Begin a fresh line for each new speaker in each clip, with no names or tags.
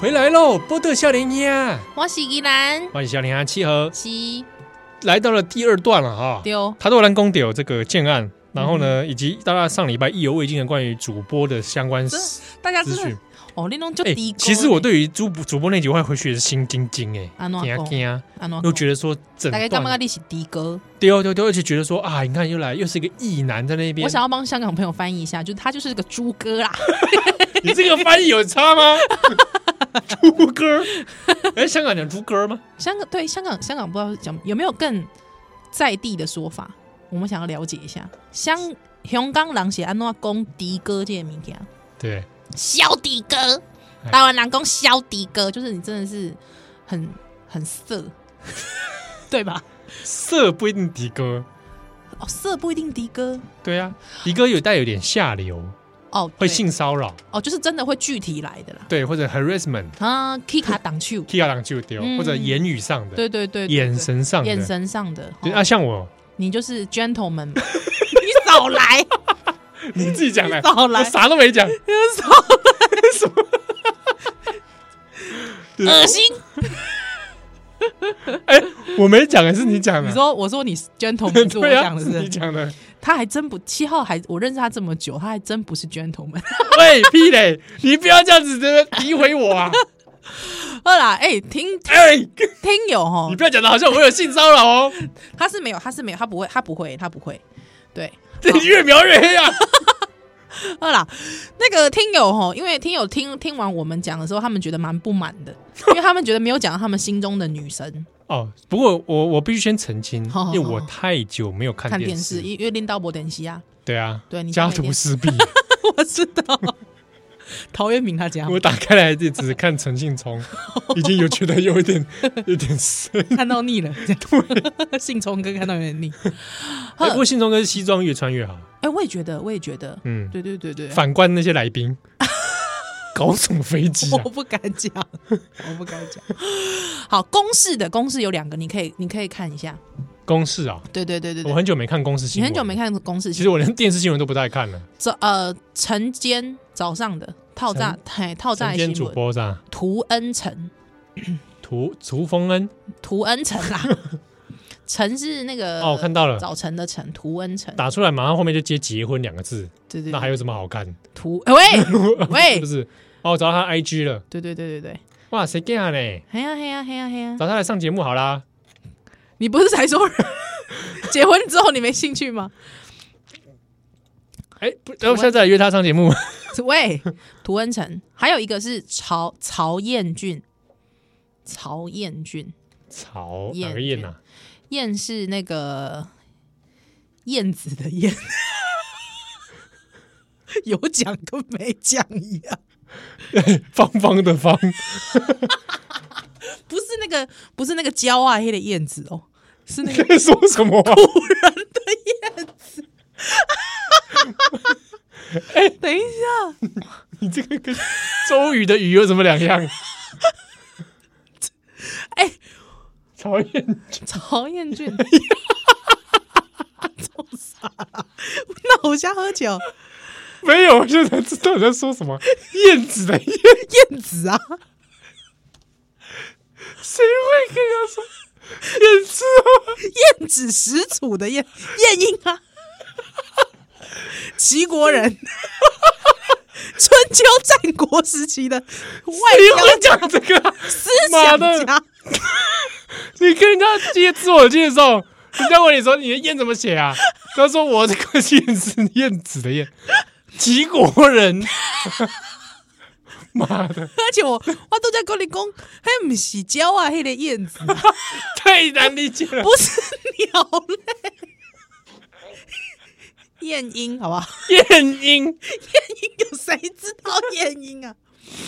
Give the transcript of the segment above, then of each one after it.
回来喽，波特笑脸鸭，
我是依兰，
欢迎笑脸鸭七和，
七
来到了第二段了哈。
丢
他都兰公有这个建案，然后呢，以及大家上礼拜意犹未尽的关于主播的相关
真的
资
大家真
讯
的。哦，你拢就
哎
低、估。
其实我对于主主播那集我还回去也是心惊惊哎，
安诺
惊
讲，
惊啊，
安诺
又觉得说整
大概干嘛？
段
你是的哥，
丢丢丢，而且觉得说啊，你看又来又是一个异男在那边
我，想要帮香港朋友翻译一下，就是他就是个猪哥啦，
你这个翻译有差 吗？猪哥， 哎，香港讲猪哥吗？
香港对香港香港不知道讲有没有更在地的说法，我们想要了解一下。香香港人是安怎讲的哥这个名件？
对，
小的哥，
哎
台湾人讲小的哥，就是你真的是很很色， 对吧？
色不一定迪哥，
哦，色不一定的哥
对啊，迪哥有带有点下流，
哦，
会
对
性骚扰，
哦，就是真的会具体来的啦。
对，或者 harassment。
啊，K 卡挡球，
踢到狼就丢，
嗯
或者言语上的、
对对对，对
眼、神上
对
的，
眼神上的，
对
哦
啊，像我，
你就是 gentleman，嘛 你少来，
你自己讲哎来，
少
我
来，
啥都没 讲， 对
恶心。
嗯我没讲，是你讲的。啊
你说，我 说你 gentleman 是我
对啊
讲的
你
是，
讲的。
他还真不七号还我认识他这么久，他还真不是 gentleman。
喂，屁嘞！你不要这样子的诋毁我 啊！
好啦，哎，听
哎，
听友哈
你，不要讲的好像我有性骚扰哦，
他是没有，他是没有，他不会，他不会，他不会。对，
这越描越黑啊！
好啦，那个听友吼，因为听友听听完我们讲的时候，他们觉得蛮不满的，因为他们觉得没有讲到他们心中的女神。
哦，不过我我必须先澄清，
好好
因为我太久没有看
看
电
电视，因因为拎到博点西啊，
对啊，
对你
家
看
徒
电
四壁，
我知道。陶渊明他家
我打开来就只看陈信 聪，已经有觉得有一点有点深。
看到腻了，对， 信聪哥看到有点腻。
哎不过信聪哥西装越穿越好，
哎，我也觉得，我也觉得，
嗯，
对对对对，
反观那些来宾，搞什么飞机
我
啊？
不敢讲， 我不敢 讲。好，公式的公式有两个，你可以你可以看一下。
公式啊，
对对对对
我
对，
很久没看公式
你
新闻，
很久没，看公式
其，实我连电视新闻都不太看了。
早呃晨间早上的套炸嘿套炸
晨间
哦新
主
闻，
播是吧？
涂恩成，
涂涂峰恩，
涂恩成啦， 成是那个
哦，我看到了，
呃早晨的晨，涂恩成，
打出来马上后面就接结婚两个字，
对对
那还
对，
有什么好看？
涂 哎喂
是不
喂，
是？哦，我找到他 IG 了，
对对对对对，
哇，谁干呢？
嘿呀嘿呀嘿呀嘿呀，
找他来上节目好啦。
你不是才说 结婚之后你没兴趣吗？
哎，不，然后下次来约他上节目。
喂，涂恩成，还有一个是曹曹彦俊，曹彦俊，
曹
燕
哪个啊燕呐？
燕是那个燕子的燕， 有讲跟没讲一样，
方方的方，
不是那个不是那个焦啊黑的燕子哦，是那个
说什么啊？
哎等一下，
你这个跟周瑜的瑜有什么两样？
哎，
曹燕
曹彦俊， 臭傻，啊那我瞎喝酒，
没有，我现在知道你在说什么。燕子的燕，
燕子啊，
谁会跟他说 燕子啊？
燕子始祖的燕燕英 啊，齐国人，春秋战国时期的
谁
外
会
交
讲这个啊？
思
妈
想
的
家。
你跟人家介自我介绍，人家问你说你的燕怎么写啊？他说我这个燕是燕子的燕，齐国人。妈的，
而且我我都在跟你讲，还不是鸟啊，黑的燕子，
太难理解了。
不是鸟类。燕鹰，好不好？
燕鹰，
有谁知道燕鹰啊？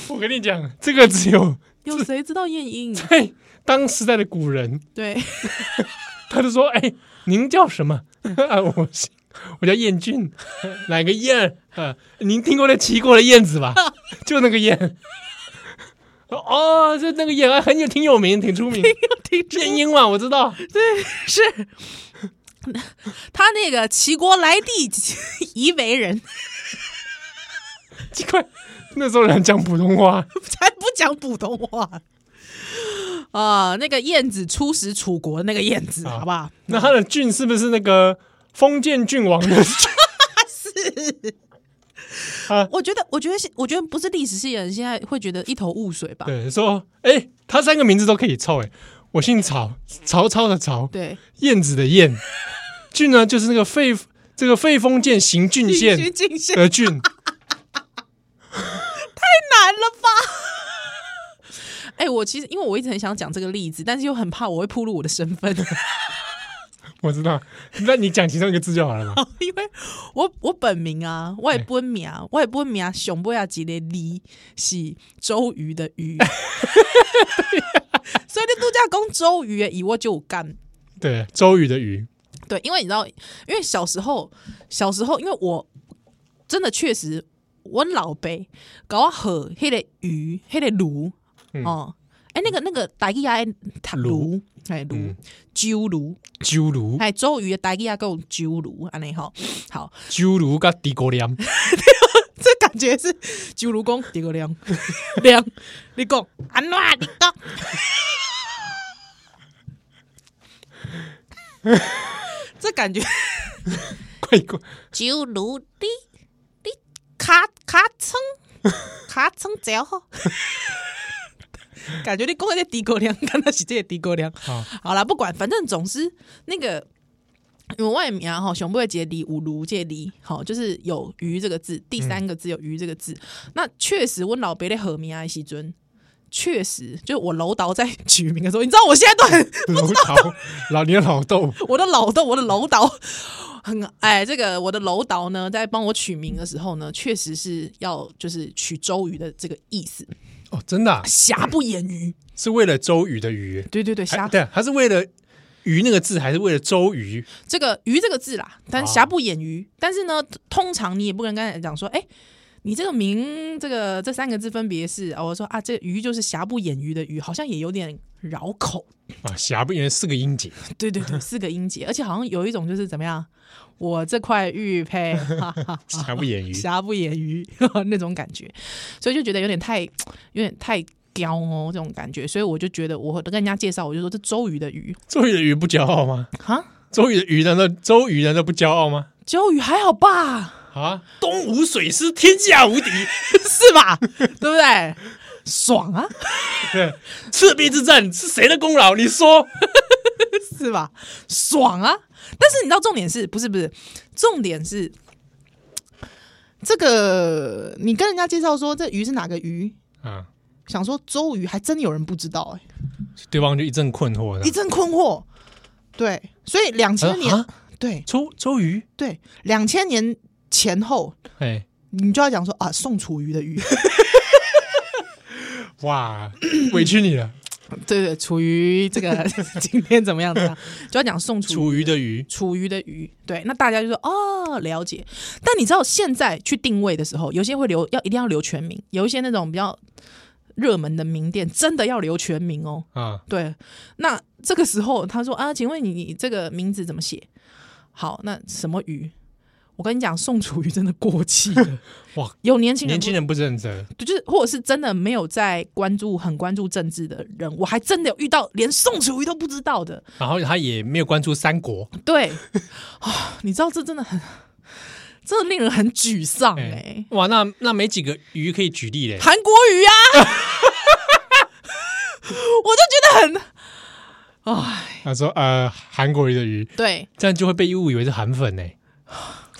我跟你讲，这个只有
有谁知道燕鹰？
在当时代的古人，
对，
他就说：“哎、您叫什么？ 啊，我是我叫燕俊，哪个燕？啊，您听过那齐国的燕子吧？就那个燕。哦，就那个燕啊，很有挺有名，挺出名。
听出
燕鹰嘛，我知道。
是他那个齐国来地夷为人，
奇怪，那时候人讲普通话，
才不讲普通话。啊、那个燕子出使楚国的那个燕子，
啊
好不好？
那他的郡是不是那个封建郡王 的郡？
我觉得，我觉得是，我觉得不是历史系的人现在会觉得一头雾水吧？
对，说哎、他三个名字都可以凑哎、我姓曹，曹操的曹，
对，
燕子的燕，郡呢就是那个废这个废封建行郡县
进献
的郡，
难了吧？ 哎、我其实因为我一直很想讲这个例子，但是又很怕我会暴露我的身份，
我知道。那你讲其中一个字就好了嘛。
因为我我本名啊，我也本名，我也本名啊熊波亚吉的李是周瑜的瑜， 所以你度假公周瑜的以我就有干。
对，周瑜的瑜，
对，因为你知道，因为小时候，小时候，因为我真的确实，我老辈搞我喝黑的鱼，黑的炉
嗯
哦，哎、那个那个大吉亚塔
炉
炉，哎炉
嗯，
鸠炉，
鸠卢，
哎周瑜的大吉亚够鸠炉，安尼吼，好，
鸠卢跟狄国 良，
这感觉是鸠炉公诸葛亮，亮，你讲安怎啊你讲。 这感觉
快快，
就如你你卡卡蹭 卡蹭脚好， 感觉你讲的这个诸葛亮，刚才是这个诸葛亮。
好，
好啦，不管，反正总之那个。因为外面哈，熊不会解离，五卢解离，好，就是有“鱼”这个字，第三个字有“鱼”这个字。那确实，我老伯的和名爱西尊，确实，就是我楼导在取名的时候，你知道我现在都很
老曹，老你的老豆，
我的老豆，我的楼导 很哎，这个我的楼导呢，在帮我取名的时候呢，确实是要就是取周瑜的这个意思，
哦，真的啊、
瑕不掩瑜。
是为了周瑜的瑜，
嗯对对对，
还
瑕
对，啊他是为了瑜那个字，还是为了周瑜？
这个“瑜”这个字啦，但
哦
瑕不掩瑜。但是呢，通常你也不跟刚才讲说，哎、你这个名，这个这三个字分别是，哦、我说啊，这个“瑜”就是瑕不掩瑜的“瑜”，好像也有点绕口。
啊，瑕不掩瑜四个音节，
对对对，四个音节，而且好像有一种就是怎么样，我这块玉佩，哈哈哈
瑕不掩瑜。
瑕不掩瑜 那种感觉，所以就觉得有点太有点太刁哦这种感觉，所以我就觉得我跟人家介绍，我就说这周瑜的瑜
周瑜的瑜不骄傲吗？
哈，
周瑜的瑜难道周瑜难道不骄傲吗？
周瑜还好 吧，
啊，东吴水师天下无敌，
是吧？对不对？爽啊，
对，赤壁之战是谁的功劳？你说？
是吧？爽啊！但是你知道重点是不是不是？重点是这个，你跟人家介绍说这鱼是哪个鱼，
啊，
想说周瑜还真有人不知道哎、
对方就一阵困惑
一阵困惑。对，所以两
他
千
说
年
啊，
对。
周周瑜，
对，两千年前后，
哎，
你就要讲说啊，宋楚瑜的瑜，
哇，委屈你了，
对对，楚瑜这 个今天怎么样？怎么样就要讲宋楚
楚瑜的瑜，
楚瑜的瑜，对，那大家就说哦，了解。但你知道现在去定位的时候，有些会留要一定要留全名，有一些那种比较热门的名店，真的要留全名哦。
啊，。
对，那这个时候他说啊，请问你你这个名字怎么写？好，那什么瑜？我跟你讲，宋楚瑜真的过气了
哇，
有年轻人
年
不
轻人不认真，
对就是或者是真的没有在关注、很关注政治的人，我还真的有遇到连宋楚瑜都不知道的。
然后他也没有关注三国，
对 啊，你知道这真的很，真的令人很沮丧
哎，
哎、
哇，那那没几个鱼可以举例嘞，
韩国瑜啊， 我就觉得很，哎，
他说呃，韩国瑜的瑜，
对，
这样就会被误以为是韩粉呢。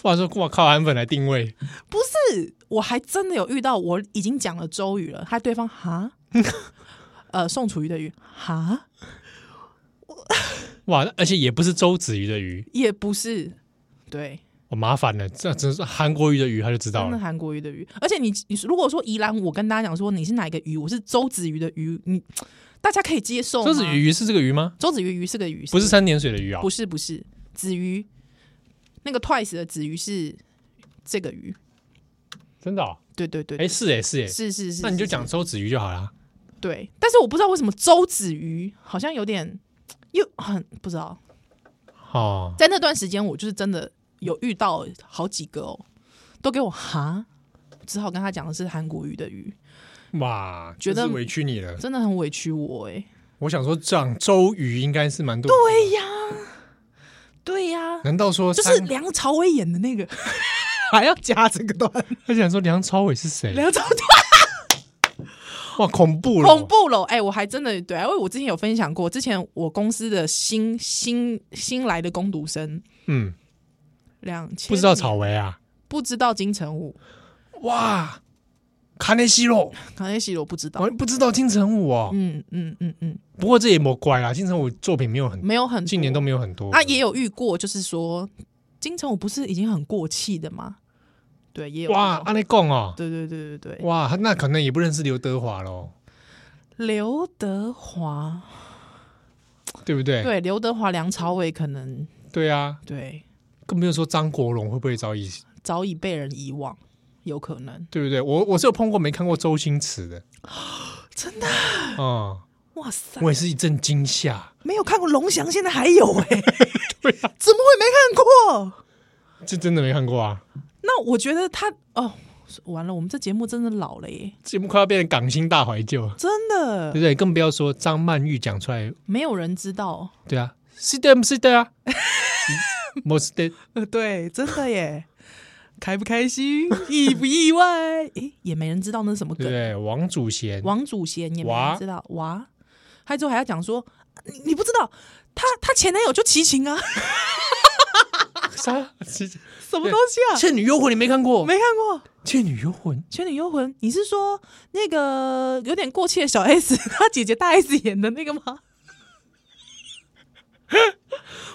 话说，哇靠，韩粉来定位，
不是，我还真的有遇到，我已经讲了周瑜了，他对方哈， 呃，宋楚瑜的瑜哈，
哇，而且也不是周子瑜的瑜，
也不是，对，
我麻烦了，这真是韩国瑜的瑜，他就知道
真的
了。
韩国瑜的鱼，而且你你如果说宜兰，我跟大家讲说你是哪一个鱼，我是周子瑜的鱼，你大家可以接受吗
周子瑜，是这个鱼吗？
周子瑜鱼是个鱼，
不是三点水的鱼啊
不，是不是子瑜，那个 Twice 的子瑜是这个鱼，
真的哦，
对对对，
哎，是哎是哎，
是是是，
那你就是讲周子瑜就好了。
对，但是我不知道为什么周子瑜好像有点又很不知道，
哦，
在那段时间我就是真的有遇到好几个哦，都给我哈，只好跟他讲的是韩国瑜的瑜，
哇，
觉得
真是委屈你了。
真的很委屈我哎、
我想说，长周瑜应该是蛮多。
对呀，对呀，
难道说
就是
哦三
梁朝伟演的 那个，还要加这个段，
他想说梁朝伟是谁？
梁朝伟。
哇，恐怖了！
恐！怖了！哎、我还真的对啊，因为我之前有分享过，之前我公司的新新新来的攻读生
嗯，
两千，
不知道，草薇啊，
不知道金城武，
哇，卡内西洛，
可能西我不知道
我，不知道金城武哦。
嗯嗯嗯嗯，
不过这也莫怪啦，金城武作品没有很，
没有很多
近年都没有很多
啊，也有遇过，就是说金城武不是已经很过气的吗？对，也有
哇，
过
按你讲哦，
对对对对对，
哇，那可能也不认识刘德华喽，
刘德华，
对不对？
对刘德华、梁朝伟可能
对啊，
对
更不用说张国荣会不会早已，
早已被人遗忘，有可能。
对不对？我我是有碰过没看过周星驰的，
真的，
啊、
哇塞！
我也是一阵惊吓，
没有看过龙翔，现在还有哎、 怎么会没看过？
这真的没看过啊，
那我觉得他哦，完了，我们这节目真的老了耶，
节目快要变成港星大怀旧，
真
对
的
不对？更不要说张曼玉讲出来，
没有人知道，
对啊，是的，不是的 啊，嗯我是的，
呃，对，真的耶， 开不开心，意不意外？ 诶，也没人知道那是什么
对不
梗，
对？王祖贤，
王祖贤也没人知道，哇，还之后还要讲说，你你不知道，她她前男友就齐秦啊，
啥？是
什么东西啊？
倩女幽魂》你没看过？
没看过《
倩女幽魂
倩女幽魂》，你是说那个有点过气的小 S，她 姐姐大 S 演的那个吗？》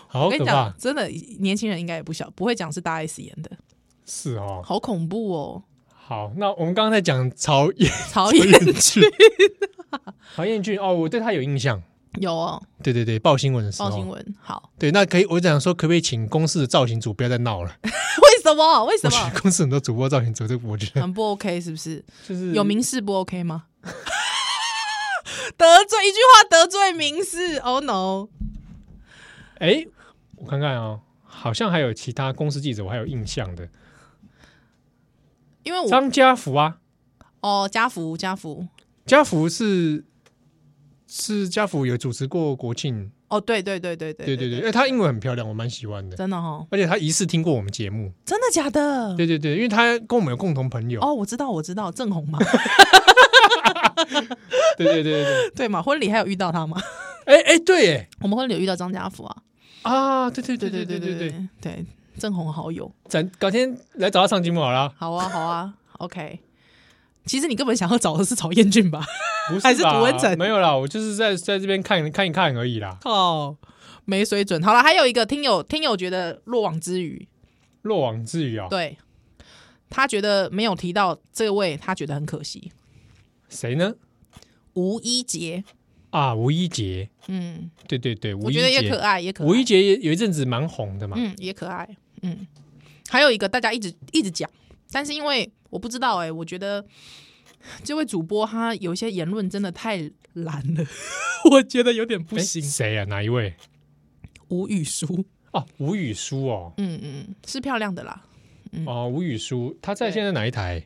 好
我跟
可
你
怕
讲，，真的，年轻人应该也不小，不会讲是大 S 演的，
是哦。
好恐怖 哦！
好，那我们刚刚在讲曹燕
曹燕
俊， 曹燕俊哦，我对他有印象。
有哦，
对对对，报新闻的时候，
报新闻好，
对，那可以，我想说，可不可以请公司的造型组不要再闹了？
为什么？ 为什
我觉
么
得公司很多主播造型组，这个我觉得
很不 OK？是不是
就是
有民事不 OK 吗？ 得罪一句话得罪民事，Oh no！
哎，我看看哦，好像还有其他公司记者，我还有印象的，
因为我
张家福啊，
哦，家福家福
家福是是家福有主持过国庆，
哦，对对对对
对
对
对对，哎，他英文很漂亮，我蛮喜欢的，
真的哦，
而且他疑似听过我们节目，
真的假的？
对对对，因为他跟我们有共同朋友，
哦，我知道我知道，郑红嘛，
对对对对对，
对嘛，婚礼还有遇到他吗？
哎哎对耶，
我们婚礼有遇到张家福啊，
啊，对对对
对
对对
对对
对
对
对，
对对，郑红好友。
咱改天来找他上节目好了，
好啊，好啊，OK。其实你根本想要找的是曹彦俊吧？
不
还是
吧
涂文成
没有啦，我就是在在这边看看一看而已啦。
哦，没水准。好了，还有一个听友，听友觉得落网之鱼，
漏网之鱼啊，
对他觉得没有提到这位，他觉得很可惜。
谁呢？
吴一杰，
啊，吴一杰，
嗯，
对对对，吴
我
一
觉得也可
杰，
爱，也可
吴一
爱，
杰也有一阵子蛮红的嘛，
嗯，也可爱，嗯。还有一个大家一直一直讲，但是因为我不知道哎、我觉得这位主播他有一些言论真的太懒了， 我觉得有点不
诶
行。
谁啊？哪一位？
吴雨舒。
哦，吴宇舒哦，
嗯嗯，是漂亮的啦。
哦，吴宇舒，他在
对
现在哪一台？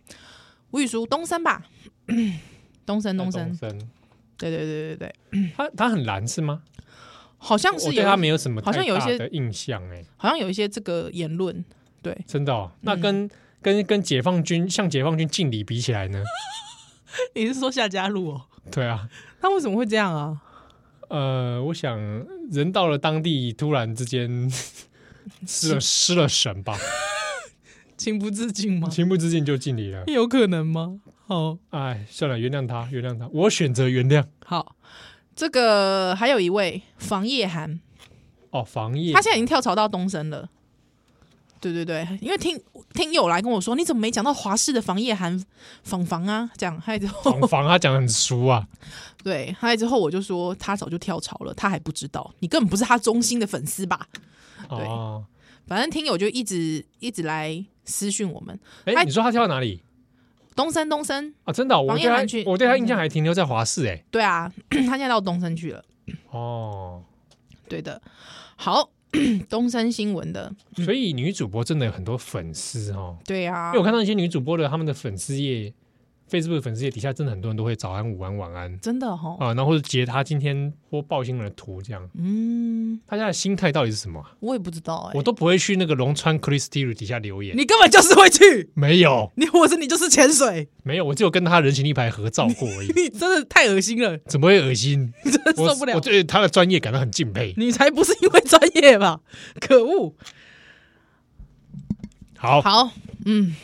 吴宇舒，东森吧， 东森，东森，
森，
对对对对对，
他他很蓝是吗？
好像
我
是
对
有，
他没有什么
好像
太
有一
大
些
的印象哎，
好像有一些这个言论，对，
真的哦，那
嗯
跟跟跟解放军向解放军敬礼比起来呢？
你是说夏家路哦？
对啊，
他为什么会这样啊？
呃，我想人到了当地，突然之间 失 了失了神吧，
情不自禁吗？
情不自禁就敬礼了。
有可能吗？哦，
哎，算了，原谅他，原谅他，我选择原谅。
好，这个还有一位房夜涵，
哦，防疫，
他现在已经跳槽到东森了。对对对，因为听听友来跟我说，你怎么没讲到华视的房夜涵访房啊？这样，还有之后
防防他讲得很熟啊，
对，后来之后我就说他早就跳槽了，他还不知道，你根本不是他忠心的粉丝吧？
哦，
反正听友就一直一直来私讯我们，
哎，
哎
你说他跳到哪里
东森东森，
啊？真的哦，我
防疫嗯
对
玩具
他我对他印象还停留在华视哎，
对啊， 他现在到东森去了，
哦，
对的。好， 东森新闻的，
所以女主播真的有很多粉丝哦，
对啊
因为，我看到一些女主播的他们的粉丝页 Facebook 粉丝页底下真的很多人都会早安、午安、晚安
真的哈、哦，
啊，然后或者截他今天或报新闻的图这样。
嗯，
大家的心态到底是什么啊？
我也不知道哎、
我都不会去那个龙川 Christie 底下留言，
你根本就是会去，
没有
你我是你就是潜水，，
没有，我只有跟他人形立牌合照过而已
你真的太恶 心了，
怎么会恶心？
真的
我
受不了
我。对他的专业感到很敬佩。
你才不是因为专业吧？ 可恶！
好，
好，嗯，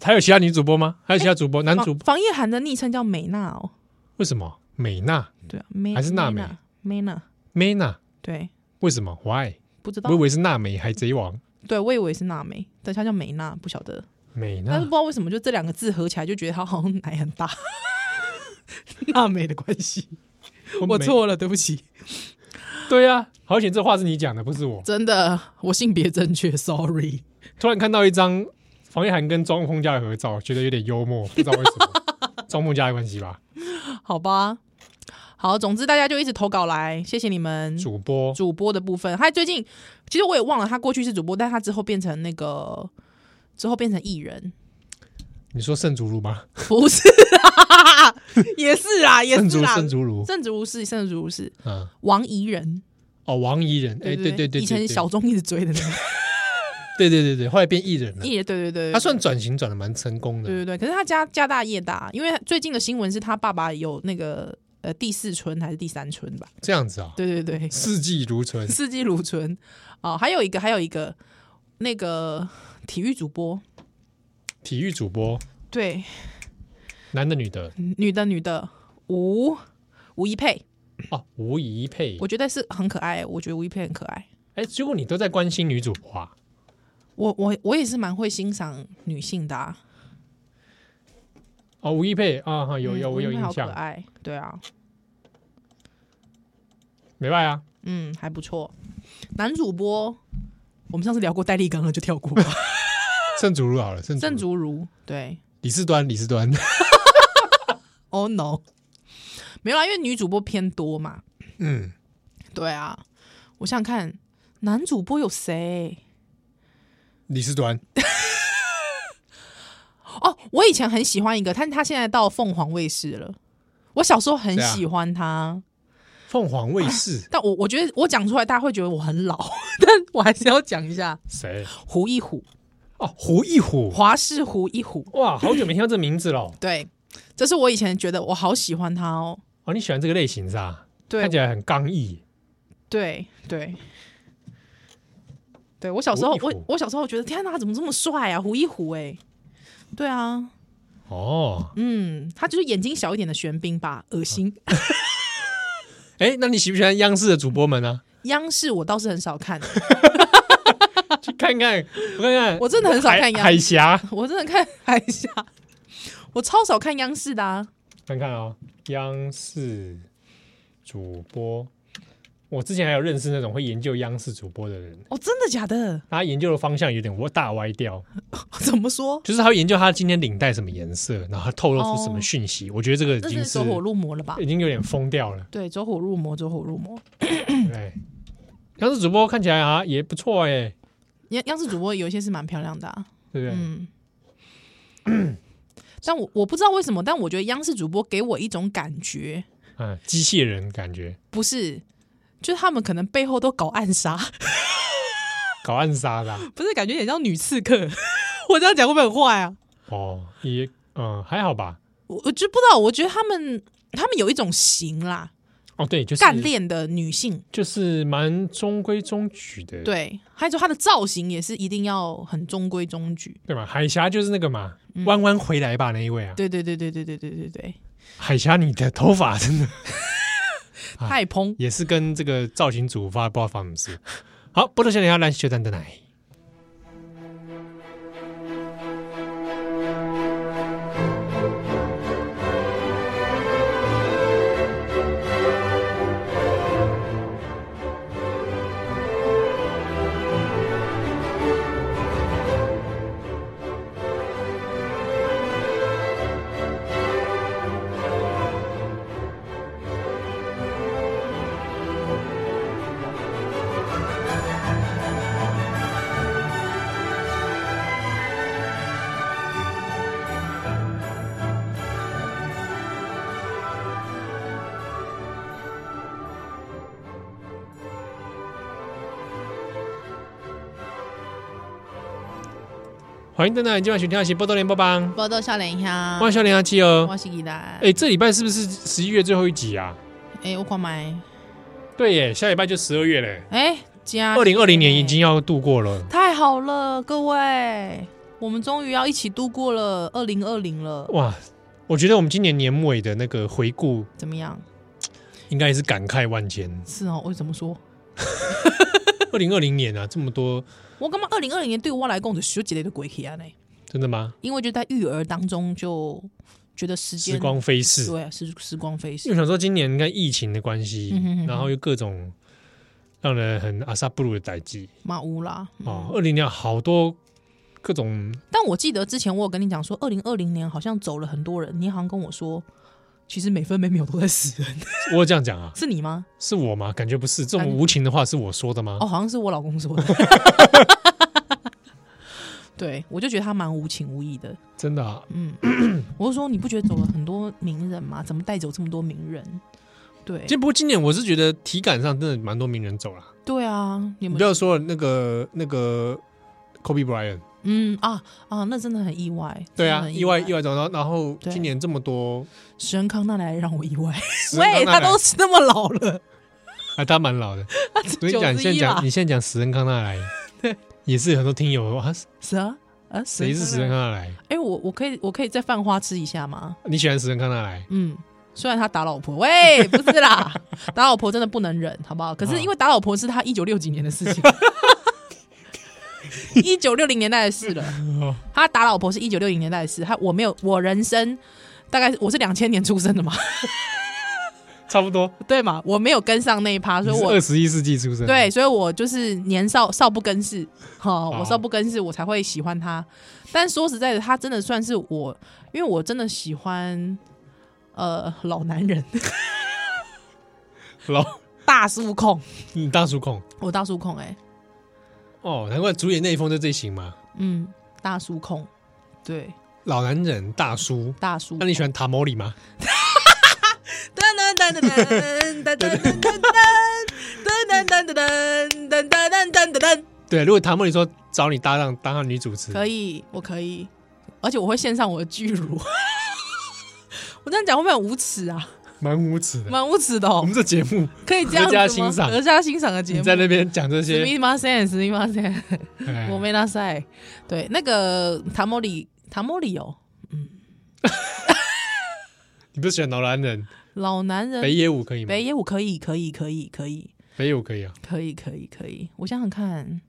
还有其他女主播吗？还有其他主播？男主
防
播
防疫涵的昵称叫美娜哦，
为什么？美娜
对啊，美
还是娜美
美娜，
美娜
对，
为什么？Why？
不知道
我以，为是娜美海贼王
对我以为是娜美，但她叫美娜，不晓得，
美
但
娜
是不知道为什么就这两个字合起来就觉得她好像奶很 大，娜美的关系，我
美
错了，对不起，
对啊，好险这话是你讲的，不是我。
真的，我性别正确，sorry，
突然看到一张黄一涵跟庄凤佳的合照，觉得有点幽 默，不知道为什么。庄凤佳的关系吧，
好吧，好，总之大家就一直投稿来，谢谢你们，
主播
主播的部分，他最近其实我也忘了，他过去是主播，但他之后变成那个，之后变成艺人，
你说圣竹如吗？
不是啦，也是啦，也
圣
是
竹
啦，
圣竹如，
正如是，正如是
嗯，
王怡人，
哦，王怡人，哎，对对对，
以前
对
小，钟一直追的 那个
对对对对，后来变艺人了。
艺人，嗯对对对，对
他算转型转的蛮成功
对
的，
对对，可是他家家大业大，因为最近的新闻是他爸爸有那个呃第四春还是第三春吧？
这样子啊，
对对对，
四季如 春，
四季如春哦，还有一个还有一个那个体育主播，
体育主播，
对，
男的女的，
女的女的吴吴一佩，
哦，吴怡佩，
我觉得是很可爱，我觉得吴一佩很可爱。
哎，结果你都在关心女主播啊？
我我我也是蛮会欣赏女性的、啊，
哦，吴怡佩啊，哈有
嗯
有我
吴一
有
佩好
印
可
象，
爱，对啊，
没办啊，
嗯，还不错。男主播，我们上次聊过戴立刚了，就跳过吧。
圣竹如好了，圣
郑
竹如
竹如，对
李世端，李世端，
，Oh no，没有啦，因为女主播偏多嘛，
嗯，
对啊，我想想看，男主播有谁？
李世端，
哦，我以前很喜欢一个，但他现在到凤凰卫视了。我小时候很
谁啊
喜欢他，
凤凰卫视
但我我觉得我讲出来，大家会觉得我很老， 但我还是要讲一下
谁？
胡一虎，
哦，胡一虎，
华氏胡一虎。
哇，好久没听到这名字了。
对，这是我以前觉得我好喜欢他哦。
哦，你喜欢这个类型是吧？
对
看起来很刚毅。
对对对，我小时候
胡一虎
我我小时候觉得天哪，他怎么这么帅啊？胡一虎哎、对啊，
哦，
嗯，他就是眼睛小一点的玄彬吧，恶心。
啊哎，那你喜不喜欢央视的主播们啊呢、
央视我倒是很少看，
去看看，我看看，
我真的很少看
海
央，
海峡，
我真的看海峡，我超少看央视的啊。
看看哦，央视主播。我之前还有认识那种会研究央视主播的人，
哦，真的假的？
他研究的方向有点大歪掉，
怎么说？
就是他会研究他今天领带什么颜色，然后透露出什么讯息。我觉得这个已
那
经
哦是
是
走火入魔了吧
已？经有点疯掉了。
对，走火入魔，走火入魔。嗯
对，央哎视主播看起来啊也不错哎、
央央视主播有一些是蛮漂亮的、啊，
对不对？
嗯。 但我我不知道为什么，但我觉得央视主播给我一种感觉，
嗯，机械人感觉
不是，就是他们可能背后都搞暗杀，
搞暗杀的啊、
不是感觉有点像女刺客。 我这样讲会不会很坏啊？
哦，也嗯还好吧。
我我就不知道，我觉得他们他们有一种型啦，
哦，对，就是
干，练的女性，
就是蛮中规中矩的，
对，还有说她的造型也是一定要很中规中矩。
对嘛？海峡就是那个嘛，弯弯回来吧那一位啊，
嗯对对对对对对对对对，
海峡你的头发真的啊
太蓬。
也是跟这个造型组发不知道发生什么事。好，波多小鸟要来秀蛋的奶。
Thank
欢迎登来今晚选听的是波多连波邦，
报道笑脸下，
万笑连阿七哦。
我是伊来。
哎，这礼拜是不是十一月最后一集啊？
哎，我看买。
对耶，下礼拜就十二月嘞，
哎，加
二零二零年已经要度过了。
太好了，各位，我们终于要一起度过了二零二零了，
哇，我觉得我们今年年尾的那个回顾，
怎么样？
应该也是感慨万千。
是哦，我怎么说？
二零二零年啊，这么多，
我感觉二零二零年对我来讲就学几类的鬼气啊呢，
真的吗？
因为就在育儿当中就觉得时间
时光飞逝。
对啊，时时光飞
因
逝
为，想说今年应该疫情的关系，
嗯哼哼
然后又各种让人很阿萨布鲁的代际
马乌啦。嗯
哦，二零年好多各种
但我记得之前我有跟你讲说，二零二零年好像走了很多人，你好像跟我说，其实每分每秒都在死人，
我有这样讲啊，
是你吗？
是我吗？感觉不是，这
啊
种
你
无情的话是我说的吗？
哦，好像是我老公说的。 对，我就觉得他蛮无情无义的。
真的、啊，
嗯，我就说你不觉得走了很多名人吗？怎么带走这么多名人？对
其，实不过今年我是觉得体感上真的蛮多名人走了，
对啊，你
你
们
不要说那个那个 Kobe Bryant，
嗯啊啊，那真的很意外。
对
真的
啊，
很
意外意外走，然后然后
对
今年这么多，
史恩康纳来让我意外。
死人
喂，
康纳
他
莱
都那么老了，
啊，他蛮老的，所以讲你现在
91啦
讲你现在讲史恩康纳莱，
对，
也是有很多听友啊，
是啊啊，
谁是史
史
恩
恩康
康纳
纳？
莱？
哎，我我可以我可以在饭花吃一下吗？
你喜欢史恩康纳莱？
嗯，虽然他打老婆，喂，不是啦，打老婆真的不能忍，好不好？可是因为打老婆是他一九六几年的事情，一九六零年代的事了。他打老婆是一九六零年代的事，他我没有，我人生大概我是两千年出生的嘛，
差不多，
对嘛？我没有跟上那一趴，所以我
二十一世纪出生，
对，，所以我就是年少少不更事，哈、
好
我少不更事，我才会喜欢他。但说实在的，他真的算是我，因为我真的喜欢呃老男人
老
大叔控，
嗯大叔控
我大叔控哎、欸
哦，难怪主演那一封就这型嘛，
嗯，大叔控，对，
老男人大叔。
大叔。
那你喜欢塔莫里吗？
噔噔噔噔噔噔噔噔噔噔噔噔噔噔噔噔噔噔噔噔噔，
对，如果塔莫里说找你搭档当他女主持，
可以，我可以，而且我会献上我的巨乳。 我这样讲会不会很无耻啊？
蛮无耻的。
蛮无耻的
我
哦
们，这节目
可以这样
合家
子
欣
吗？
赏
合家欣赏的节
你
目。
在那边讲这
史
些，
密马森，史密马森，
哎
我没拉塞。对，那个塔莫里，塔莫里哦，
你不是喜欢老男人？
老男
北
人，
野武可以吗？
北野武可以，可以，可以，可以。
北野武可以啊。
可以，可以，可以。我想想看，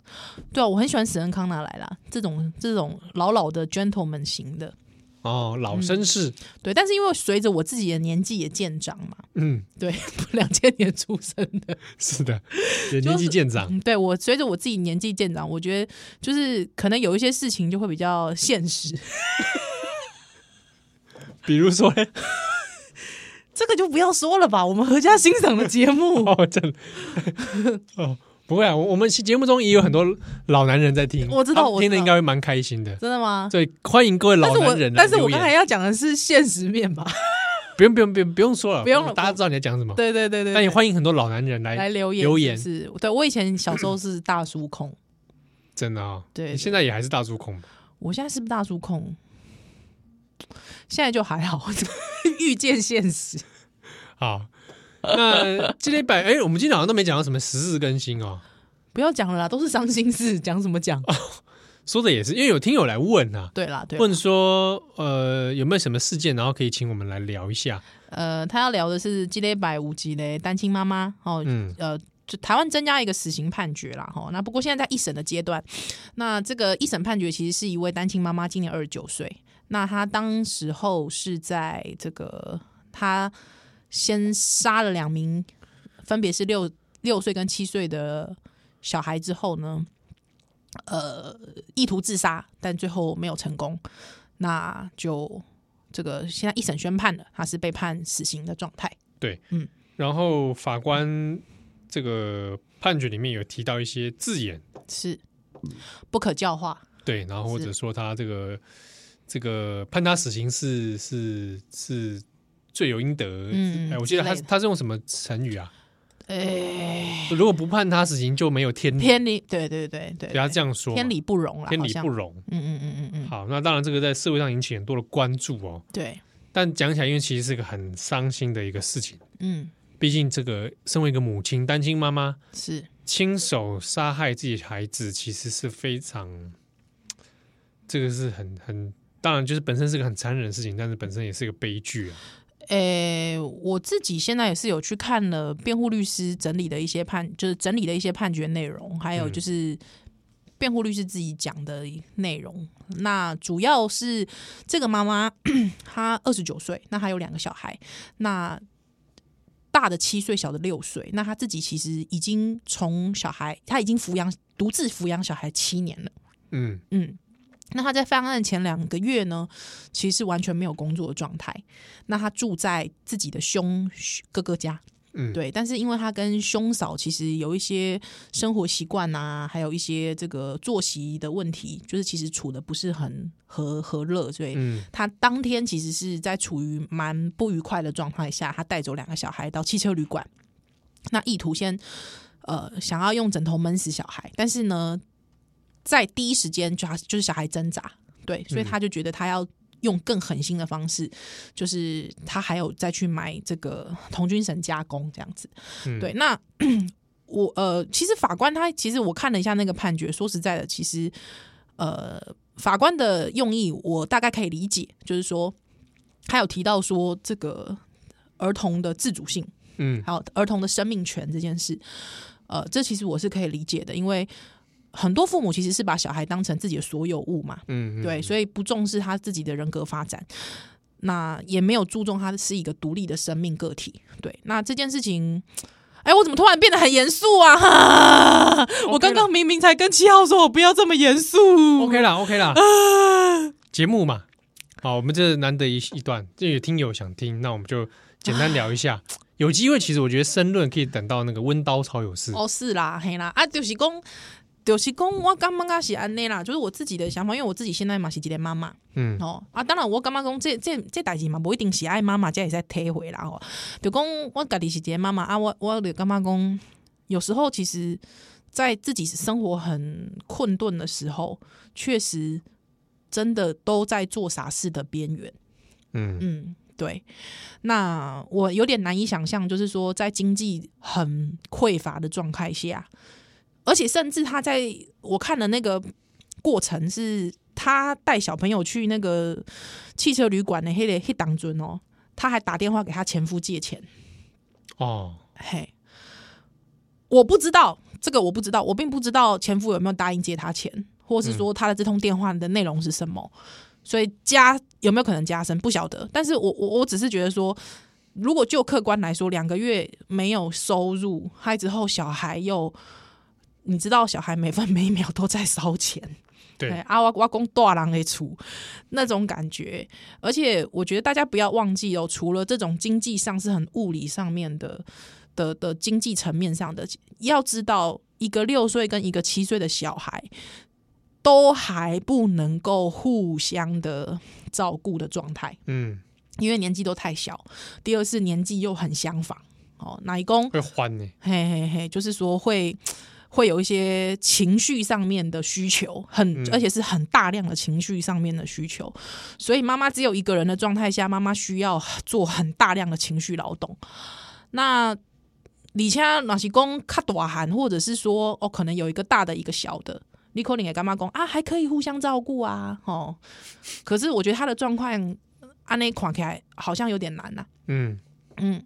对啊，我很喜欢史恩康纳来啦，这种这种老老的 gentleman 型的，
哦，老绅士，
对。但是因为随着我自己的年纪也渐长嘛，
嗯，
对，两千年出生的，
是 的，也年纪渐长，
嗯，对我随着我自己年纪渐长，我觉得就是可能有一些事情就会比较现实，
比如说嘞，
这个就不要说了吧，我们合家欣赏的 节目。
哦，这样，哦，不会啊，我我们节目中也有很多老男人在听，
我知
他
道
们
我知
听
道
的应该会蛮开心的。
真的吗？
所以欢迎各位
但
老
是我
男人来啊
但是我
留
刚才
言，
要讲的是现实面吧？
不用不用不用不用说了，
不用了
大家知道你在讲什么。
对对对对
但也
对，
欢迎很多老男人
来
来，
留言
留言嗯
是不是对我以前小时候是大叔控，
真的啊，
对
你现在也还是大叔控吧，
我现在是不是大叔控？现在就还好， 遇见现实。
好。那今天百哎，我们今天好像都没讲到什么时事更新哦，
不要讲了啦，都是伤心事，讲什么讲？
啊说的也是，因为有听友来问啊，
对啦，对啦
问说呃有没有什么事件，然后可以请我们来聊一下。
呃，他要聊的是鸡肋百无鸡肋单亲妈妈哦，
嗯，
呃，就台湾增加一个死刑判决啦，哈。那不过现在在一审的阶段，那这个一审判决其实是一位单亲妈妈，今年二十九岁。那她当时候是在这个，她先杀了两名，分别是六六岁跟七岁的小孩之后呢，呃，意图自杀，但最后没有成功，那就。这个现在一审宣判了，她是被判死刑的状态。
然后法官这个判决里面有提到一些字眼，
是不可教化，
对，然后或者
是
说他这个这个判他死刑是是是罪有应得，
嗯
哎，我记得
之
他
类的
他是用什么成语啊？
哎，
如果不判他死刑，就没有天理。
天理，对对对对，
不要这样说嘛，
天理不容了，
天
好
理
像
不，容。
嗯嗯嗯嗯嗯，
好，那当然这个在社会上引起很多的关注哦。
对，
但讲起来，因为其实是个很伤心的一个事情，
嗯
毕竟这个身为一个母亲，单亲妈妈
是，
亲手杀害自己的孩子，其实是非常，这个是很很。当然，就是本身是个很残忍的事情，但是本身也是个悲剧啊。
诶，呃我自己现在也是有去看了辩护律师整理的一些判，就是整理的一些判决内容，还有
嗯
就是辩护律师自己讲的内容。那主要是这个妈妈，她二十九岁，那她有两个小孩，那大的七岁，小的六岁。那她自己其实已经从小孩，她已经抚养独自抚养小孩七年了。
嗯
嗯，那他在犯案前两个月呢，其实完全没有工作的状态。那他住在自己的兄哥哥家，
嗯，
对，但是因为他跟兄嫂其实有一些生活习惯啊，还有一些这个作息的问题，就是其实处的不是很和和乐，所以
嗯
他当天其实是在处于蛮不愉快的状态下，他带走两个小孩到汽车旅馆，那意图先呃想要用枕头闷死小孩，但是呢，在第一时间就他就是小孩挣扎，对，所以他就觉得他要。用更狠心的方式，就是他还有再去买这个童军绳加工这样子。
嗯
对，那 我呃，其实法官他其实我看了一下那个判决，说实在的，其实呃，法官的用意我大概可以理解，就是说他有提到说这个儿童的自主性，
嗯
还有儿童的生命权这件事，呃，这其实我是可以理解的，因为很多父母其实是把小孩当成自己的所有物嘛，
嗯，嗯
对，所以不重视他自己的人格发展，那也没有注重他是一个独立的生命个体。对，那这件事情，哎，我怎么突然变得很严肃 啊？我刚刚明明才跟七号说我不要这么严肃。
OK 啦，OK 啦，
啊
节目嘛，好，我们这难得一一段，这有听友想听，那我们就简单聊一 下。有机会，其实我觉得申论可以等到那个温刀超有事。
哦，是啦，嘿啦，啊，就是讲，就是讲，我刚刚刚是安内啦，就是我自己的想法，因为我自己现在嘛是一个妈妈。
嗯
哦啊，当然我感觉讲这这这代志嘛，无一定是爱妈妈才会使体会啦吼。就讲我家己是一个妈妈啊，我我就感觉讲，有时候其实，在自己生活很困顿的时候，确实真的都在做傻事的边缘。
嗯
嗯，对。那我有点难以想象，就是说在经济很匮乏的状态下，而且甚至他在我看的那个过程是，他带小朋友去那个汽车旅馆的黑嘞黑当尊哦，他还打电话给他前夫借钱。
哦，
嘿，我不知道这个，我不知道，我并不知道前夫有没有答应借他钱，或是说他的这通电话的内容是什么，所以加有没有可能加深不晓得。但是我我我只是觉得说，如果就客观来说，两个月没有收入，还之后小孩又。你知道，小孩每分每秒都在烧钱，嘿
对，
啊，我我公大人的出那种感觉，而且我觉得大家不要忘记哦，除了这种经济上是很物理上面的的的经济层面上的，要知道一个六岁跟一个七岁的小孩。都还不能够互相的照顾的状态，
嗯，
因为年纪都太小。第二是年纪又很相仿，哦，哪一公
会欢呢。
嘿嘿嘿，就是说会会有一些情绪上面的需求，很、
嗯
而且是很大量的情绪上面的需求，所以妈妈只有一个人的状态下，妈妈需要做很大量的情绪劳动。那李家若是公卡短寒，或者是说哦，可能有一个大的，一个小的。你可能也干妈公啊，还可以互相照顾啊，哦。可是我觉得他的状况，安内看起来好像有点难啊呐、
嗯
嗯，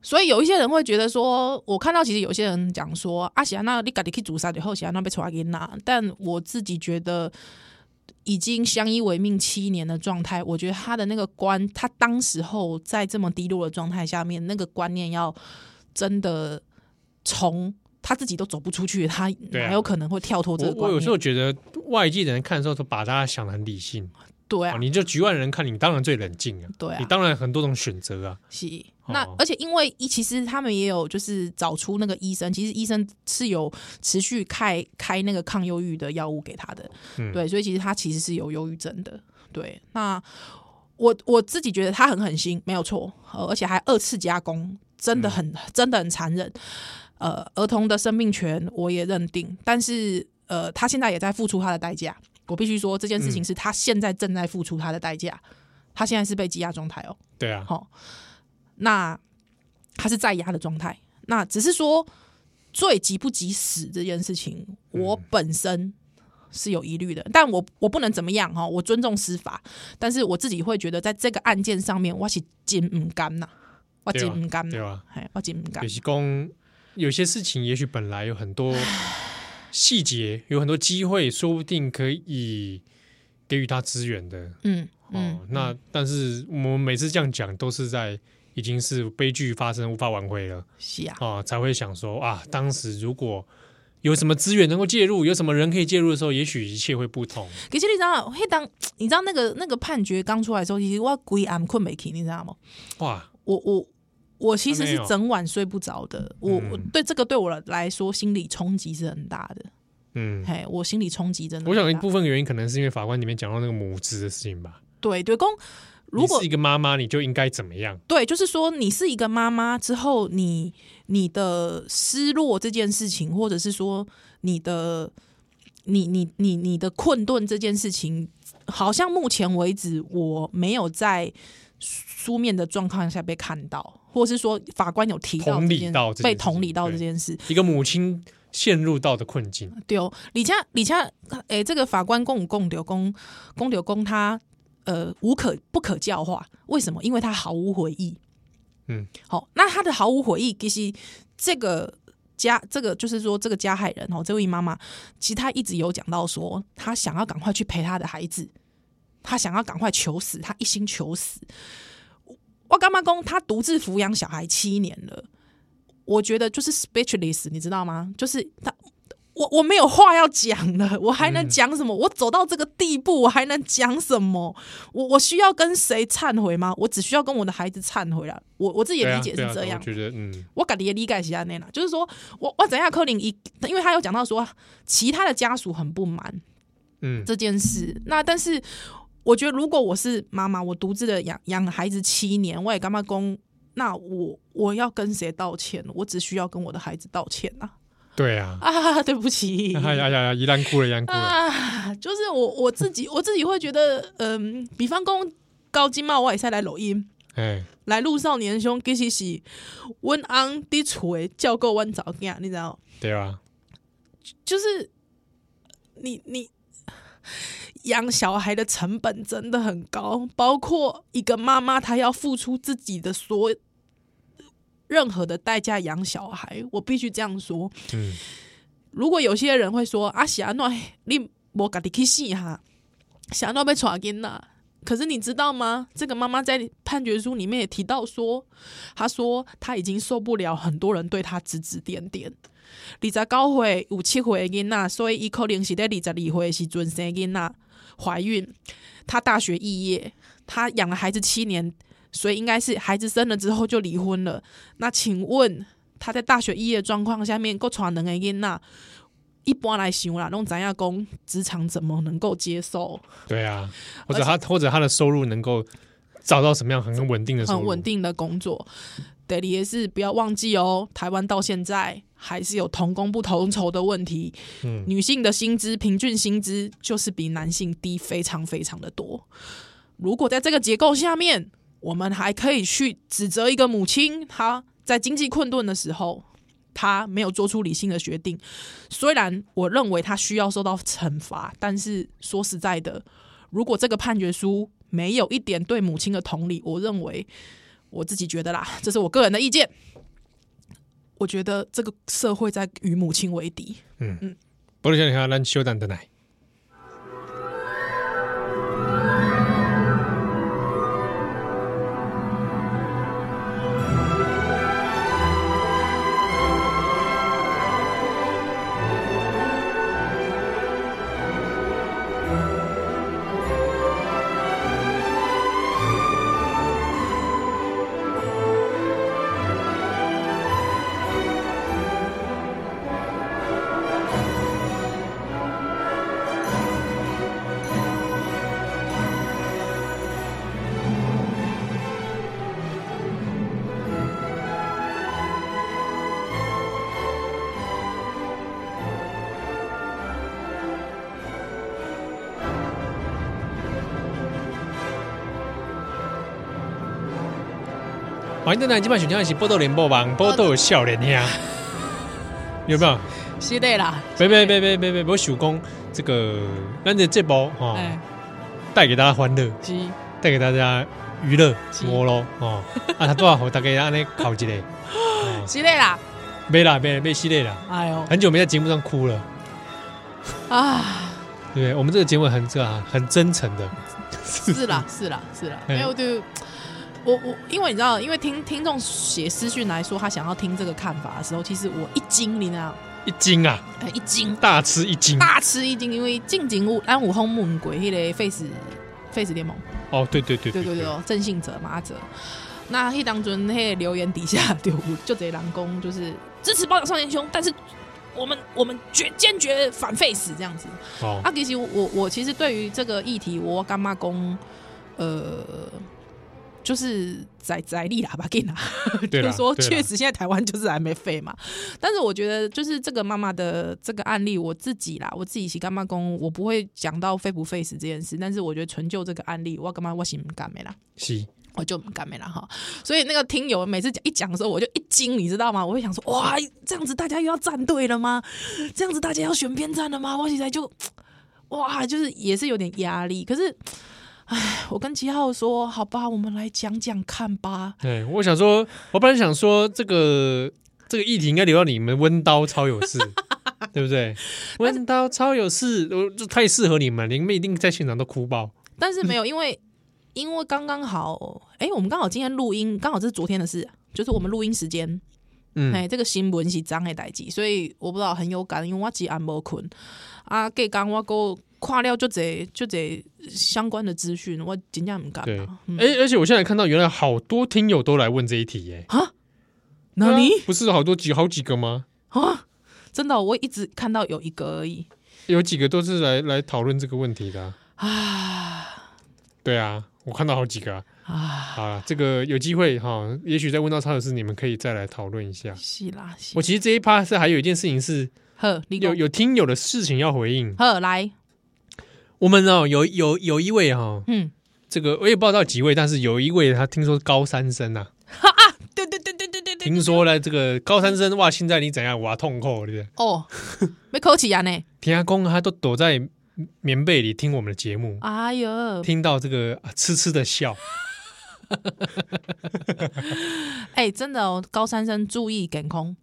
所以有一些人会觉得说，我看到其实有些人讲说，阿喜安娜你赶紧去煮杀以后，喜安娜被抓给拿。但我自己觉得，已经相依为命七年的状态，我觉得他的那个观，他当时候在这么低落的状态下面，那个观念要真的从他自己都走不出去，他
对啊
哪有可能会跳脱这
我
个
我
观念？
有时候觉得外界的人看的时候，都把大家想的很理性
对啊
啊，，你就局外人看，你当然最冷静啊，
对啊
你，当然很多种选择啊。
是，
哦
那而且因为一其实他们也有就是找出那个医生，其实医生是有持续开开那个抗忧郁的药物给他的，
嗯
对，所以其实他其实是有忧郁症的，对。那我我自己觉得他很狠心，没有错，呃而且还二次加工真的很、
嗯
真的很残忍。呃，儿童的生命权我也认定，但是呃，他现在也在付出他的代价。我必须说这件事
嗯
情是他现在正在付出他的代价，他现在是被羁押状态哦。
对啊，
好、那他是在押的状态。那只是说罪及不及死这件事情，我
嗯
本身是有疑虑的，但我我不能怎么样哈、哦，我尊重司法，但是我自己会觉得在这个案件上面，我是真唔甘呐，我
对
真
吧
唔甘
对啊
呐，
吧？
嘿，我真唔甘
有。些公有些事情，也许本来有很 多细节，有很多机会，说不定可以给予他资源的。
嗯嗯
哦，，那但是我们每次这样讲，都是在已经是悲剧发生无法挽回了
是啊，
啊、才会想说啊，当时如果有什么资源能够介入，有什么人可以介入的时候，也许一切会不同。
可是你知道，迄当你知道那个那个判决刚出来的时候，其实我规暗困没起，你知道吗？
哇，
我我我其实
还没
是
有
整晚睡不着的，我我对这个对我来说心理冲击是很大的，
嗯，
嘿，我心理冲击真的
我
很
想
大。
一部分原因可能是因为法官里面讲到那个母职的事情吧。
对对公，如
你
果
是一个妈妈，你就应该怎么样？
对，就是说你是一个妈妈之后，你你的失落这件事情，或者是说你的你你你你的困顿这件事情，好像目前为止我没有在书面的状况下被看到，或是说法官有提到
同
这
理
件
到这件
被
事
同理
情
到
对
这件事，
一个母亲陷入到的困境。
对哦，李佳李佳，诶、呃这个法官供供刘公供刘公他呃无可不可教化，为什么？因为他毫无悔意。
嗯，
好、那他的毫无悔意，其实这个加这个就是说这个加害人哦，这位妈妈，其实她一直有讲到说，她想要赶快去陪她的孩子，她想要赶快求死，她一心求死。我干妈公她独自抚养小孩七年了，我觉得就是 speechless，你知道吗？就是她我我没有话要讲了，我还能讲什么？我走到这个地步，我还能讲什么？我我需要跟谁忏悔吗？我只需要跟我的孩子忏悔了。我我自己
对
也
啊
理解
对
是
啊
这样
我，觉得嗯，
我感觉理解是安内啦，就是说我我怎样柯林一，因为他有讲到说其他的家属很不满
嗯，
这件事，那但是我觉得如果我是妈妈，我独自的养养孩子七年，我也干嘛公，那我我要跟谁道歉？我只需要跟我的孩子道歉啊！
对啊，
啊，对不 起，
哎呀呀呀，一旦哭了，一旦哭了，
啊，就是我我自己我自己会觉得，嗯、比方讲高金嘛，我也是来录音。
哎，
来路少年兄，其实是阮翁伫厝诶，照顾阮查某囝，你知道？
对啊，
就是你你养小孩的成本真的很高，包括一个妈妈她要付出自己的所任何的代价养小孩，我必须这样说。
嗯，
如果有些人会说啊，是安怎你无家己去死哈，是安怎被抓囡仔。可是你知道吗？这个妈妈在判决书里面也提到说，她说她已经受不了很多人对她指指点点。二十九岁有七岁的囡仔，所以伊可能是在二十二岁的时阵生囡仔，怀孕，她大学肄业，她养了孩子七年，所以应该是孩子生了之后就离婚了。那请问她在大学肄业的状况下面，够传两个囡仔？一般来想啦，弄咱要讲职场怎么能够接受
对啊，或者他或者他的收入能够找到什么样很稳定的收入，
很稳，定的工作？得里也是不要忘记哦，台湾到现在还是有同工不同酬的问题。
嗯，
女性的薪资平均薪资就是比男性低非常非常的多。如果在这个结构下面，我们还可以去指责一个母亲，她在经济困顿的时候，她没有做出理性的决定。虽然我认为她需要受到惩罚，但是说实在的，如果这个判决书没有一点对母亲的同理，我认为我自己觉得啦， 这是我个人的意见。我觉得这个社会在与母亲为敌。
不过想想咱休蛋的奶，欢迎登来今晚选项是波豆联播网，波豆笑脸呀，有没有？
是的啦，
别别别别别别，我想讲这个，咱的这波哈，
哎，
带给大家欢乐，
是
带给大家娱乐
是，
我咯哦，啊，他多少好，大概安尼考一个，哦
是的啦，
没啦没啦没系列啦，
哎 呦
很久没在节目上哭了，
啊，
对不对？我们这个节目很这啊，很真诚的，
是啦是啦是啦，
哎
没有就。我我因为你知道，因为听听众写私讯来说他想要听这个看法的时候，其实我一惊，你知道，
一惊啊，
哎一惊
大吃一惊，
大吃一惊，因为近景物安武轰木鬼迄个 face face 联盟，
哦，对对对
对对对哦，郑信哲马哲。那迄当中迄留言底下就有就贼狼公就是支持包养少年兄，但是我们我们决坚决反 face 这样子。
哦，
啊，其实我我其实对于这个议题，我干妈公呃。就是宰宰力喇叭给拿，就
对啦
是说
对啦
确实现在台湾就是还没废嘛。但是我觉得就是这个妈妈的这个案例，我自己啦，我自己洗干妈公，我不会讲到 face 不 face 这件事。但是我觉得纯就这个案例，我干嘛我心干没啦。
是，
我就干没了哈。所以那个听友每次讲一讲的时候，我就一惊，你知道吗？我会想说，哇，这样子大家又要站队了吗？这样子大家要选边站了吗？我现在就，哇，就是也是有点压力。可是，唉，我跟七号说，好吧，我们来讲讲看吧。
哎，我想说，我本来想说这个这个议题应该留到你们温刀超有事，对不对？温刀超有事，我这太适合你们，你们一定在现场都哭爆。
但是没有，因为因为刚刚好，哎、我们刚好今天录音，刚好这是昨天的事，啊就是我们录音时间。
嗯，
哎，这个新闻是张的代志，所以我不知道很有感，因为我几暗无困啊，隔天我够看了就这就这相关的资讯，我真正唔敢
对
啊。嗯，
哎，而且我现在看到原来好多听友都来问这一题耶，
那你
对啊不是好多几好几个吗？
啊，真的哦、我一直看到有一个而已
有几个都是来来讨论这个问题的啊、
啊
对啊，我看到好几个、啊。
啊，
好了，这个有机会哈，也许在问到超有事，你们可以再来讨论一下。
是啦，是
我其实这一趴是还有一件事情是
呵，你
有
有
有听友的事情要回应。
呵来，
我们哦，有有有一位哈、哦，
嗯，
这个我也不知道到几位，但是有一位他听说是高三生啊，
对对对对对对对，
听说呢这个高三生哇，现在你怎样哇痛苦对不对？
哦， 没口起啊呢，
听他公他都躲在棉被里听我们的节目，
哎呦，
听到这个啊痴痴的笑，
哎、真的哦，高三生注意健康，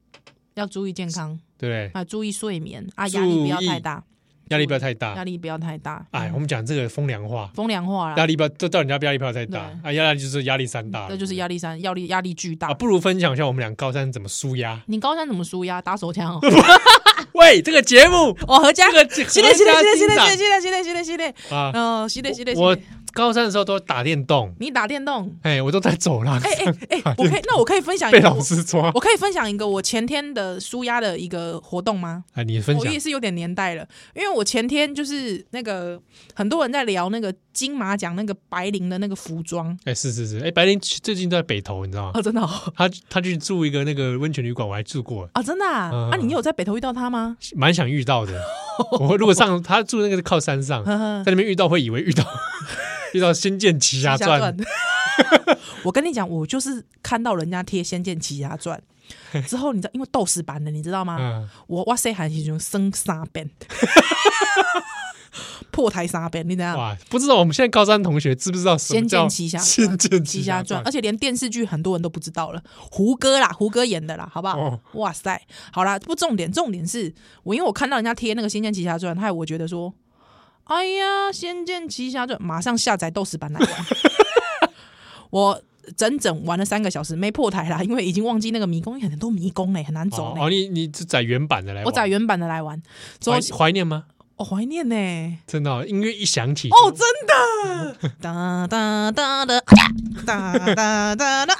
要注意健康
对不对？
啊，注意睡眠啊，压力不要
注意
太大。
压力不要太
压
大。
力不要太大。
哎，
嗯
我们讲这个风凉话，
风凉话
压
啦，
力不要，这到人家压力不要太大
对
啊，压力就是压力山大，
那就是压力山，压力压力巨
啊。
大。
不如分享一下我们俩高三怎么舒压。
你高三怎么输呀？打 手枪哦！
喂，这个节目，
哦，何家
这，个
系列系列系列系列系列系列系列系列，
啊，
嗯，系列系列系
我
列。
高三的时候都打电动，
你打电动？
哎，我都在走廊
哎 哎哎，我可以，那我可以分享一
被
个
老
我，
师抓
我可以分享一个我前天的舒压的一个活动吗？
啊！你分
我
享
也是有点年代了，因为我前天就是那个很多人在聊那个金马奖那个白灵的那个服装
哎，是是是，哎，白灵最近都在北投，你知道吗？
哦，真的哦
他他去住一个那个温泉旅馆，我还住过，
啊，真的啊
嗯！
啊，你有在北头遇到他吗？
蛮想遇到的。我如果上他住那个是靠山上，
呵呵
在那边遇到会以为 遇到遇到《仙剑奇侠传》，
我跟你讲，我就是看到人家贴《仙剑奇侠传》之后，你知道，因为豆豉版的，你知道吗？
嗯，
我哇塞，韩信就生三遍，破台三遍，你怎样？
哇，不知道我们现在高三同学知不知道什么
啊仙
叫
剑
《
奇侠
仙剑
奇
奇
侠
侠
传
传》，
而》？且连电视剧很多人都不知道了，胡歌啦，胡歌演的啦，好不好？
哦
哇塞，好啦，不重点，重点是我因为我看到人家贴那个《仙剑奇侠传》，害我觉得说，哎呀，《仙剑奇侠传》马上下载豆豉版来玩，我整整玩了三个小时，没破台啦，因为已经忘记那个迷宫，因为很多迷宫嘞、很难
哦
走嘞、
哦，你你只载原版的来玩，
我载原版的来玩，之后
怀怀念吗？
我怀念呢、
真的哦，音乐一响起
哦，真的，哒哒哒的，啊嚓哒哒哒的，啊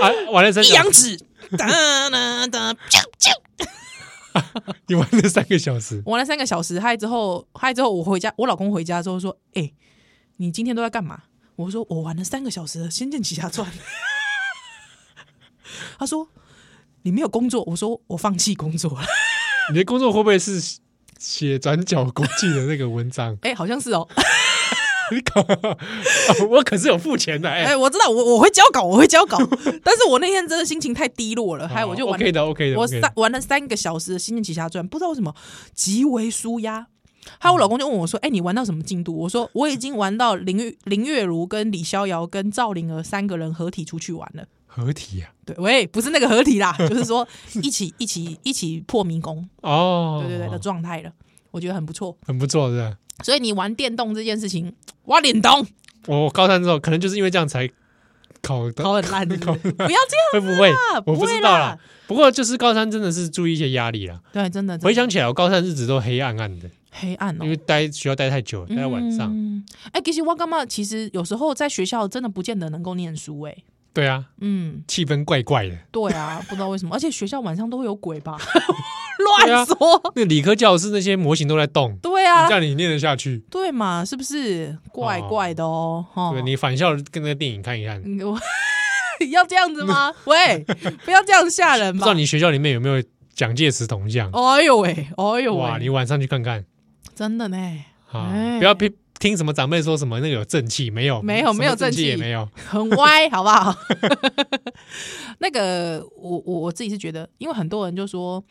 嚓
啊，玩了三
一
小
阳指，哒哒哒，啾啾。
你玩了三个小时，
我玩了三个小时，嗨之后，嗨之后我回家，我老公回家之后说：“哎、你今天都在干嘛？”我说：“我玩了三个小时的《仙剑奇侠传》。”他说：“你没有工作？”我说：“我放弃工作了。 ？
你的工作会不会是写转角国际的那个文章
哎，好像是哦。
你搞，哦我可是有付钱的，
哎、
哎，
我知道，我我会交稿，我会交稿，但是我那天真的心情太低落了，还有我就
好
玩
哦 OK 的，OK 的，
我
OK 的
三玩了三个小时的《仙剑奇侠传》，不知道为什么极为舒压。还
嗯
有我老公就问我说：“哎、你玩到什么进度？”我说：“我已经玩到林月林月如、跟李逍遥、跟赵灵儿三个人合体出去玩了。
合体啊呀，”
对，喂，不是那个合体啦，就是说一起一起一起破迷宫，
哦，
对对对的，状态了，我觉得很不错。
很不错，是吧？
所以你玩电动这件事情，哇，脸咚，
我高三之后，可能就是因为这样才考的，
考很烂，对不 对不要这
会不会？
样啊，
我
不
不
会
知道啦。不过就是高三真的是注意一些压力啦。
对，真的，真的
回想起来，我高三日子都黑暗暗的，
黑暗哦
因，为待学校待太久了，待到晚上。
嗯哎、其实我干嘛？其实有时候在学校真的不见得能够念书、哎，
对啊，
嗯，
气氛怪怪的。
对啊，不知道为什么，而且学校晚上都会有 鬼吧？
对
乱
啊
说，
那理科教室那些模型都在动，
对啊，
让你念得下去。
对嘛，是不是？怪怪的哦，哈、
对你返校跟那个电影看一看，
嗯我 要这样子吗？喂，不要这样吓人
不知
吧
道！你学校里面有没有蒋介石铜像？
哎呦喂， 哎呦
哇，你
喂，
晚上去看看
真的呢，
啊！
哎
不要听听什么长辈说什么那个有正气，没有，
没有
什么
没有
正
正气
也没有。
很歪， 好不好？那个，我我我自己是觉得，因为很多人就说。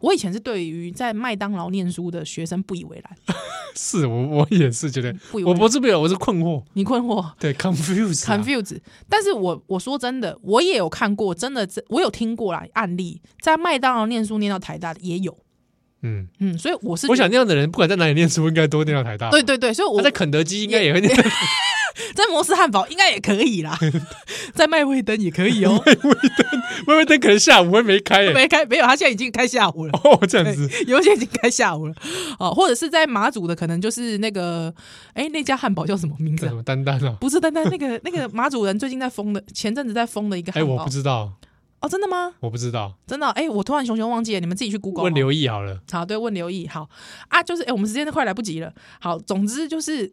我以前是对于在麦当劳念书的学生不以为然，
是我我也是 觉得，
不以为
我
然
不是不了，我是困惑，
你困惑，
对，confused 啊
confuse。但是我我说真的，我也有看过，真的，我有听过啦案例，在麦当劳念书念到台大的也有，
嗯，
嗯，所以我是
我想那样的人，不管在哪里念书，应该都念到台大。
对，对对，所以我
他在肯德基应该也会 念到
在摩斯汉堡应该也可以 啦，在麦味登也可以哦，
微微灯可能下午会没开耶、
没开没有，他现在已经开下午了。
哦，这样子
有些已经开下午了，哦，或者是在马祖的，可能就是那个，哎，那家汉堡叫什么名字
这
啊、
什么丹丹啊？
不是丹丹，那个 那个马祖人最近在封的，前阵子在封的一个
哎，
汉
我
堡
不。知道，
哦，真的吗？
我不知道，
真的哦？哎，我突然熊熊忘记了，你们自己去 Google
问
好了
刘毅好了。
好，对，问刘毅。好啊，就是哎、诶我们时间都快来不及了。好，总之就是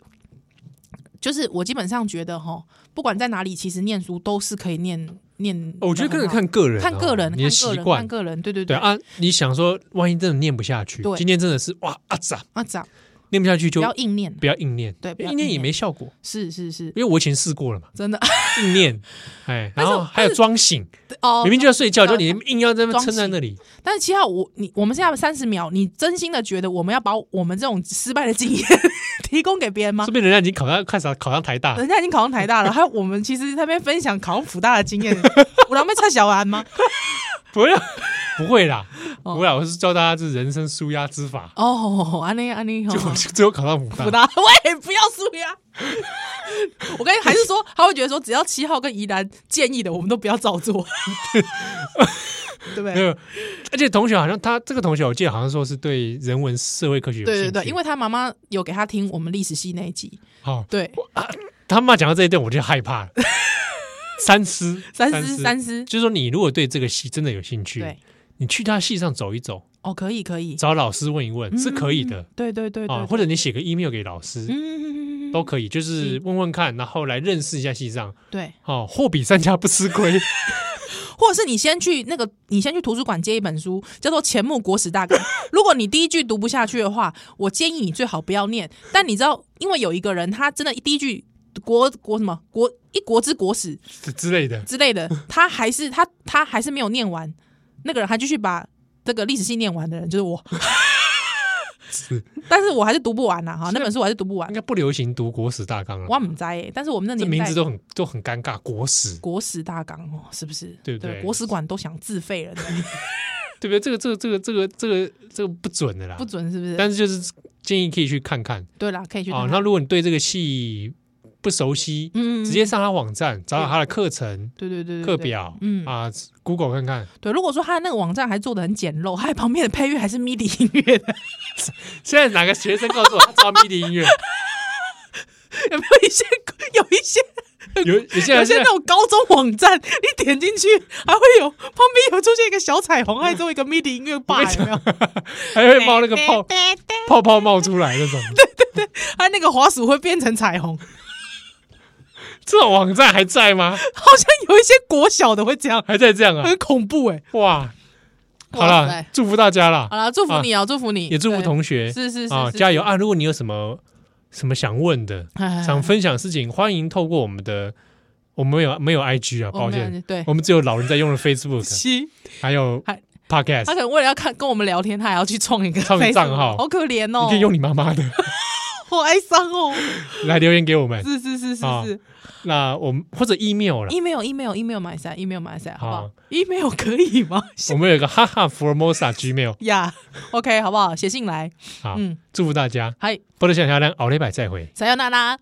就是我基本上觉得哈，不管在哪里，其实念书都是可以念念。
哦我觉得
很
个人
好
看个人啊、
看个人，
你的
看个
习
人，看
惯。
个人，对对
对
对。
啊，你想说，万一真的念不下去
对，
今天真的是哇啊咋
啊，这样
念不下去
不
就
要硬念，
不要硬念，
对不
因
要
为
硬
硬念也
念
没效果，
是是是，
因为我以前试过了嘛，
真的
硬念，哎，
但
然
是
后还有装醒，
哦
明。明就要睡觉，就你
呃
硬要在那边
装
撑在
醒
那里，
但是七号，我你我们现在三十秒，你真心的觉得我们要把我们这种失败的经验 提供给别人吗呃
说？不定人家已经考上，看啥考上台大，
人家已经考上台大了，还有我们其实在那边分享考上辅大的经验，我狼狈蔡小 安吗？
不 要，不会啦，
哦
不会啦，啊我是教大家这人生舒压之法，
哦，安妮安妮，
结果最后考上武大
不，大， 喂，不要输呀！ 我跟你还是说，他会觉得说，只要七号跟宜兰建议的，我们都不要 照做，对不
没
对？
有，而且同学好像他这个同学，我记得好像说是对人文社会科学有
对对
兴
对，
趣
因为他妈妈有给他听我们历史系那一集，
好，
对，
他妈讲到这一段，我就害怕了。 三思，
三思三思，
就是说你如果对这个戏真的有兴趣
对，，
你去他戏上走一走，
哦，可以可以，
找老师问一问是可
嗯
以的
对对对
啊，
对，
或者你写个 email 给老师
嗯，
都可以，就是问问看，然后来认识一下戏上
对，
哦，货比三家不吃亏，
或者是你先去那个，你先去图书馆借一本书，叫做《钱穆国史大纲》。 如果你第一句读不下去的话，我建议你最好不要念。但你知道，因为有一个人，他真的第一句国国什么国一国之国史
之 之类的。
之类的，他还是他他还是没有念完。那个人还继续把这个历史系念完的人就是我，
是
但是我还是读不完呐、啊哈，那本书我还是读不完
应。该不流行读国史大纲
我
了，
唔知、欸，但是我们那
这
年
名
代
字都很都很尴尬，国史
国史大纲哦，是不是？
对不对
国史馆都想自费了，
对不对？这个这个这个这个这个这个不准的啦
不，准是不是？
但是就是建议可以去看看
对啦，可以去看
啊。
看
那如果你对这个戏不熟悉，
嗯，
直接上他网站找找他的课程
对对对对
课
对
表，
嗯
啊，Google 看看，
对，如果说他的那个网站还做的很简陋，还旁边的配乐还是 MIDI 音乐 的，
现在哪个学生告诉我 他知道 MIDI 音乐？
有没有一些有一些
有有些
有
人
些
现在
那种高中网站，你点进去还会有旁边有出现一个小彩虹，还做一个 MIDI 音乐吧，有没有？
还会冒那 个泡泡泡冒出来那种，
他那个滑鼠会变成彩虹，
这种网站还在吗？
好像有一些国小的会这样，
还在这样啊？
很恐怖哎、
哇，好
哇
啦
塞，
祝福大家啦
好，啦，祝福你哦，祝福你，
也祝福
对
同学
是是是哎
啊，
是嗯
加油
是
啊！如果你有什么什么想问的、想
想
分享的事情，欢迎透过我们的，我们没有没有 IG 啊，抱歉，，
对，
我们只有老人在用的 Facebook，啊
七，
还有
还
Podcast，
他可能为了要看跟我们聊天，他还要去创一个
创一个
Facebook，
账号
好可怜哦，
你可以用你妈 妈的
好哀伤哦，
来留言给我们。
是是是是
啊
是
那我们或者 email 了，
，email email email 马来西亚 email 马来西亚，好不
好
好？email 可以吗？
我们有一个哈哈 Formosa Gmail，
呀，OK，好不好？写信来，
好
嗯，
祝福大家，
嗨，
波多小小亮，奥利百再会。
撒由那拉。